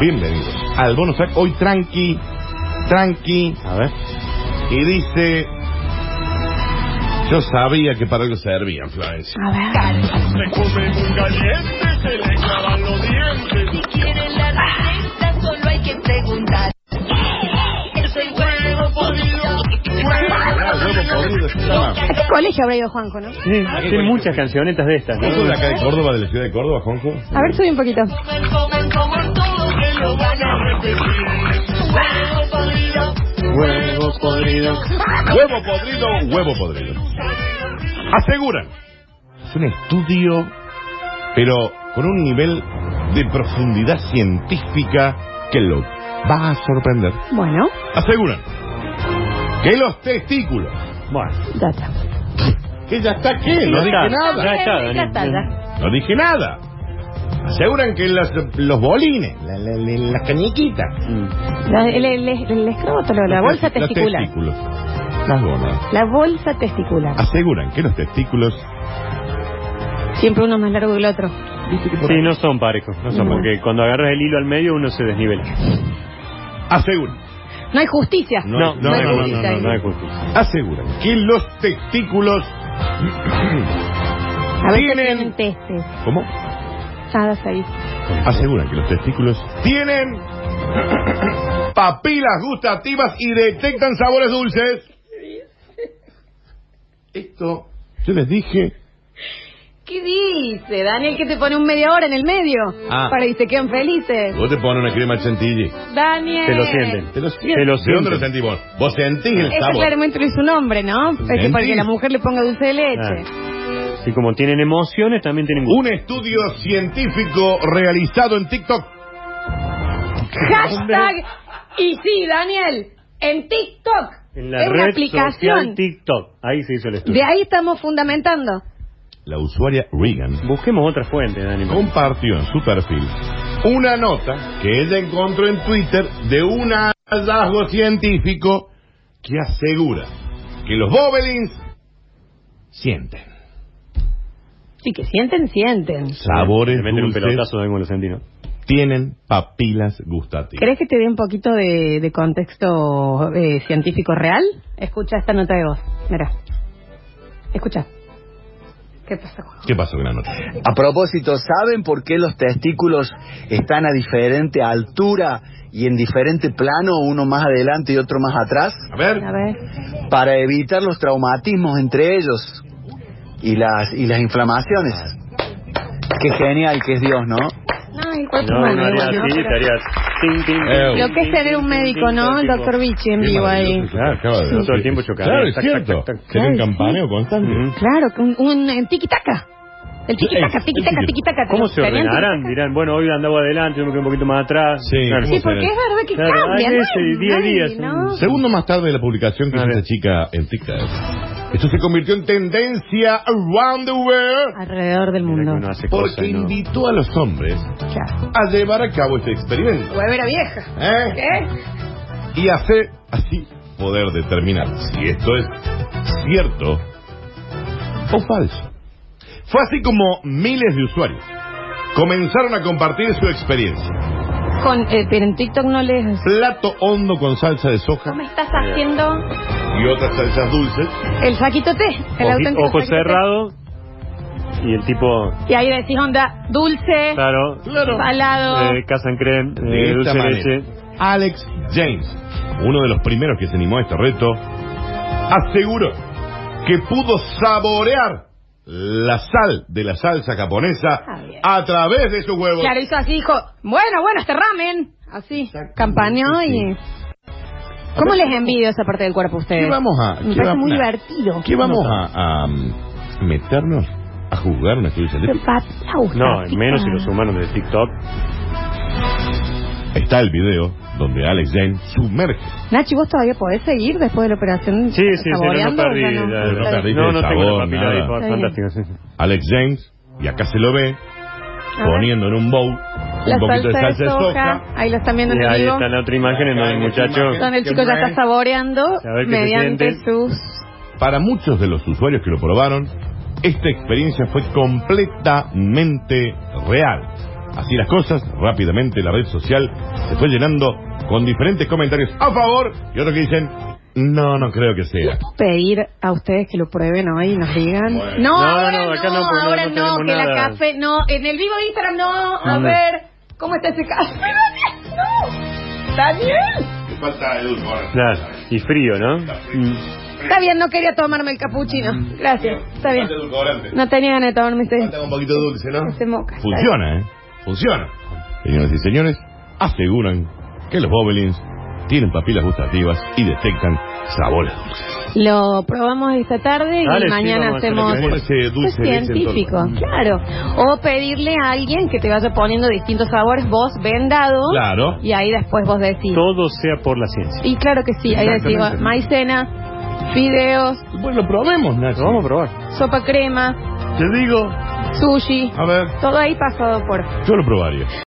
Bienvenidos al bonus track. Hoy tranqui, tranqui. A ver. Y dice... Yo sabía que para algo servían, Florencia. A ver. Se come muy caliente, se le clavan los dientes. Si quieren la receta, solo hay que preguntar. Es el huevo podrido. Huevo podrido. ¿A qué colegio habrá ido Juanjo, no? Sí, hay muchas cancionetas de estas. ¿No ¿no? sos de acá de Córdoba, de la ciudad de Córdoba, Juanjo? A ver, sube un poquito. Coman, coman, coman todo que lo van a repetir. Huevo podrido. Huevos podridos. Huevo podrido, huevo podrido. Aseguran. Es un estudio, pero con un nivel de profundidad científica que lo va a sorprender. Bueno, Aseguran que los testículos, Bueno. ya está. que ya está qué, no Ya dije está, Ya nada, está, Ya Dani. está, ya. no dije nada. Aseguran que las- los bolines, la- la- la- las cañiquitas, Mm. La- el, el- el- el escroto, la, la bolsa los Ah. testicular. testículos, las gonas, La bolsa testicular. aseguran que los testículos Siempre uno más largo que el otro. Sí, no son parejos. No son No. porque cuando agarras el hilo al medio uno se desnivela. aseguran No hay justicia. No, no, hay no, no, justicia no, ahí. No hay justicia. aseguran que los testículos A ver, tienen tienen testes. ¿Cómo? Nada, ahí. Aseguran que los testículos tienen papilas gustativas y detectan sabores dulces. Esto yo les dije, ¿Qué dice, Daniel, que te pone un media hora en el medio? Ah. Para que se queden felices. vos te pones una crema chantilly. Daniel. Te lo sienten. Te lo Te lo ¿De dónde sienten. lo sentís vos? Vos sentís el Eso sabor. claramente lo hizo un hombre, ¿no? Este Es que para que ¿Sentís? la mujer le ponga dulce de Ah. leche. Claro. Sí, como tienen emociones, también tienen gusto. Un estudio científico realizado en TikTok Hashtag. Y sí, Daniel. En TikTok. En la es red una aplicación. social TikTok. Ahí se hizo el estudio. De ahí estamos fundamentando. la usuaria Regan Busquemos otra fuente, Dani. compartió en su perfil una nota que ella encontró en Twitter de un hallazgo científico que asegura que los bobelins sienten Sí, que sienten, sienten. sabores Te meten un dulces, pelotazo de algún argentino. tienen papilas gustativas. ¿Crees que te dé un poquito de, de contexto eh, científico real? Escucha esta nota de voz. Mira. Escucha. ¿Qué pasa? ¿Qué pasó con la nota? A propósito, ¿saben por qué los testículos están a diferente altura y en diferente plano, uno más adelante y otro más atrás? A ver, A ver. Para evitar los traumatismos entre ellos y las, y las inflamaciones. Qué genial que es Dios, ¿no? No, el cuerpo No, humano, no haría igual, ¿no? así, Pero estaría... ting, ting, Eh, ting, Lo que es ting, tener ting, un ting, médico, ting, ¿no? El todo el doctor tiempo. Vichy en Qué vivo ahí. maravilloso. Acaba de Todo el tiempo decir. chocarreo. Claro, es Tac, tac, cierto. tac, tac. Sería un Claro, sí. campaneo constante. Ujú. Claro, que un, un en tiquitaca. El tiquitaca, Sí, tiquitaca, sí. tiquitaca. ¿Cómo se Tenían ordenarán? tiquitaca. Dirán, bueno, hoy andaba adelante, yo me quedé un poquito más atrás. Sí. Claro. Sí, porque es verdad que Claro, cambia, hay ¿no? ese día a día, es un- ¿no? Segundo más tarde de la publicación que A hizo ver. esta chica en TikTok. Esto se convirtió en tendencia around the world. Alrededor del Mira que mundo. uno hace Porque cosas, ¿no? invitó a los hombres Claro. a llevar a cabo este experimento. Huevera vieja. ¿eh? ¿Qué? Y hacer así poder determinar si esto es cierto o falso. Fue así como miles de usuarios comenzaron a compartir su experiencia. Con, eh, pero en TikTok no les... Plato hondo con salsa de soja ¿Cómo me estás haciendo y otras salsas dulces. el saquito té? El Oji- auténtico saquito Ojo té. cerrado y el tipo, Y ahí decís, onda, dulce, claro, Claro. salado. eh, casan creme, De eh, esta dulce de manera, leche. Alex James, uno de los primeros que se animó a este reto, aseguró que pudo saborear la sal de la salsa japonesa Ah, bien. a través de sus huevos. Claro, hizo así, dijo, bueno, bueno, este ramen. Así, campañó y... ¿Cómo les envidio esa parte del cuerpo a ustedes? ¿Qué vamos a- Me qué parece vamos muy a- divertido. ¿Qué vamos a, a, um, meternos a jugar una estudio Pero científico? papila No, gustativa. menos si los humanos de TikTok. Está el video donde Alex James sumerge. Nachi, ¿vos todavía podés seguir después de la operación? Sí, sí, sí, no, no saboreando, perdí. o ya- ya no? ya- No perdiste No, no el tengo sabor, la papila nada. ahí, por- Está bien. fantástico. sí, sí. Alex James, y acá se lo ve, ver. poniendo en un bowl La un poquito de salsa de soja. ahí lo están viendo en Y el ahí vivo, está la otra imagen en Acá donde el hay otra muchacho... imagen. donde el chico ya está saboreando A ver qué se mediante siente. sus... Para muchos de los usuarios que lo probaron, esta experiencia fue completamente real. Así las cosas, rápidamente la red social se fue llenando con diferentes comentarios a favor y otros que dicen, no, no creo que sea. ¿Puedo pedir a ustedes que lo prueben hoy y nos digan? Bueno. No, No, ahora no, no, acá no, porque no- ahora no no, tenemos que la nada. café, no, en el vivo de Instagram no, a Mm. ver, ¿cómo está ese café? Daniel, no, Daniel, Me falta Edu, ahora. Claro, y frío, ¿no? está bien, no quería tomarme el capuchino, Mm. gracias, está bien, edulcorante. No tenía ganas de tomarme ese... Falta un poquito de dulce, ¿no? ese moca. Este está bien. Funciona, ¿eh? Funciona. Señoras y señores, aseguran que los bobelins tienen papilas gustativas y detectan sabores dulces. Lo probamos esta tarde y Dale, sí, mañana vamos a hacer lo hacemos... que querés. Ese Es dulce leche en científico, torno. claro. O pedirle a alguien que te vaya poniendo distintos sabores, vos vendado, Claro. y ahí después vos decís. Todo sea por la ciencia. Y claro que sí, ahí decimos Exactamente. maicena, fideos, Bueno, probemos, Nacho. Lo vamos a probar. sopa crema, Te digo, Ah. sushi, a ver, todo ahí pasado por yo lo probaría.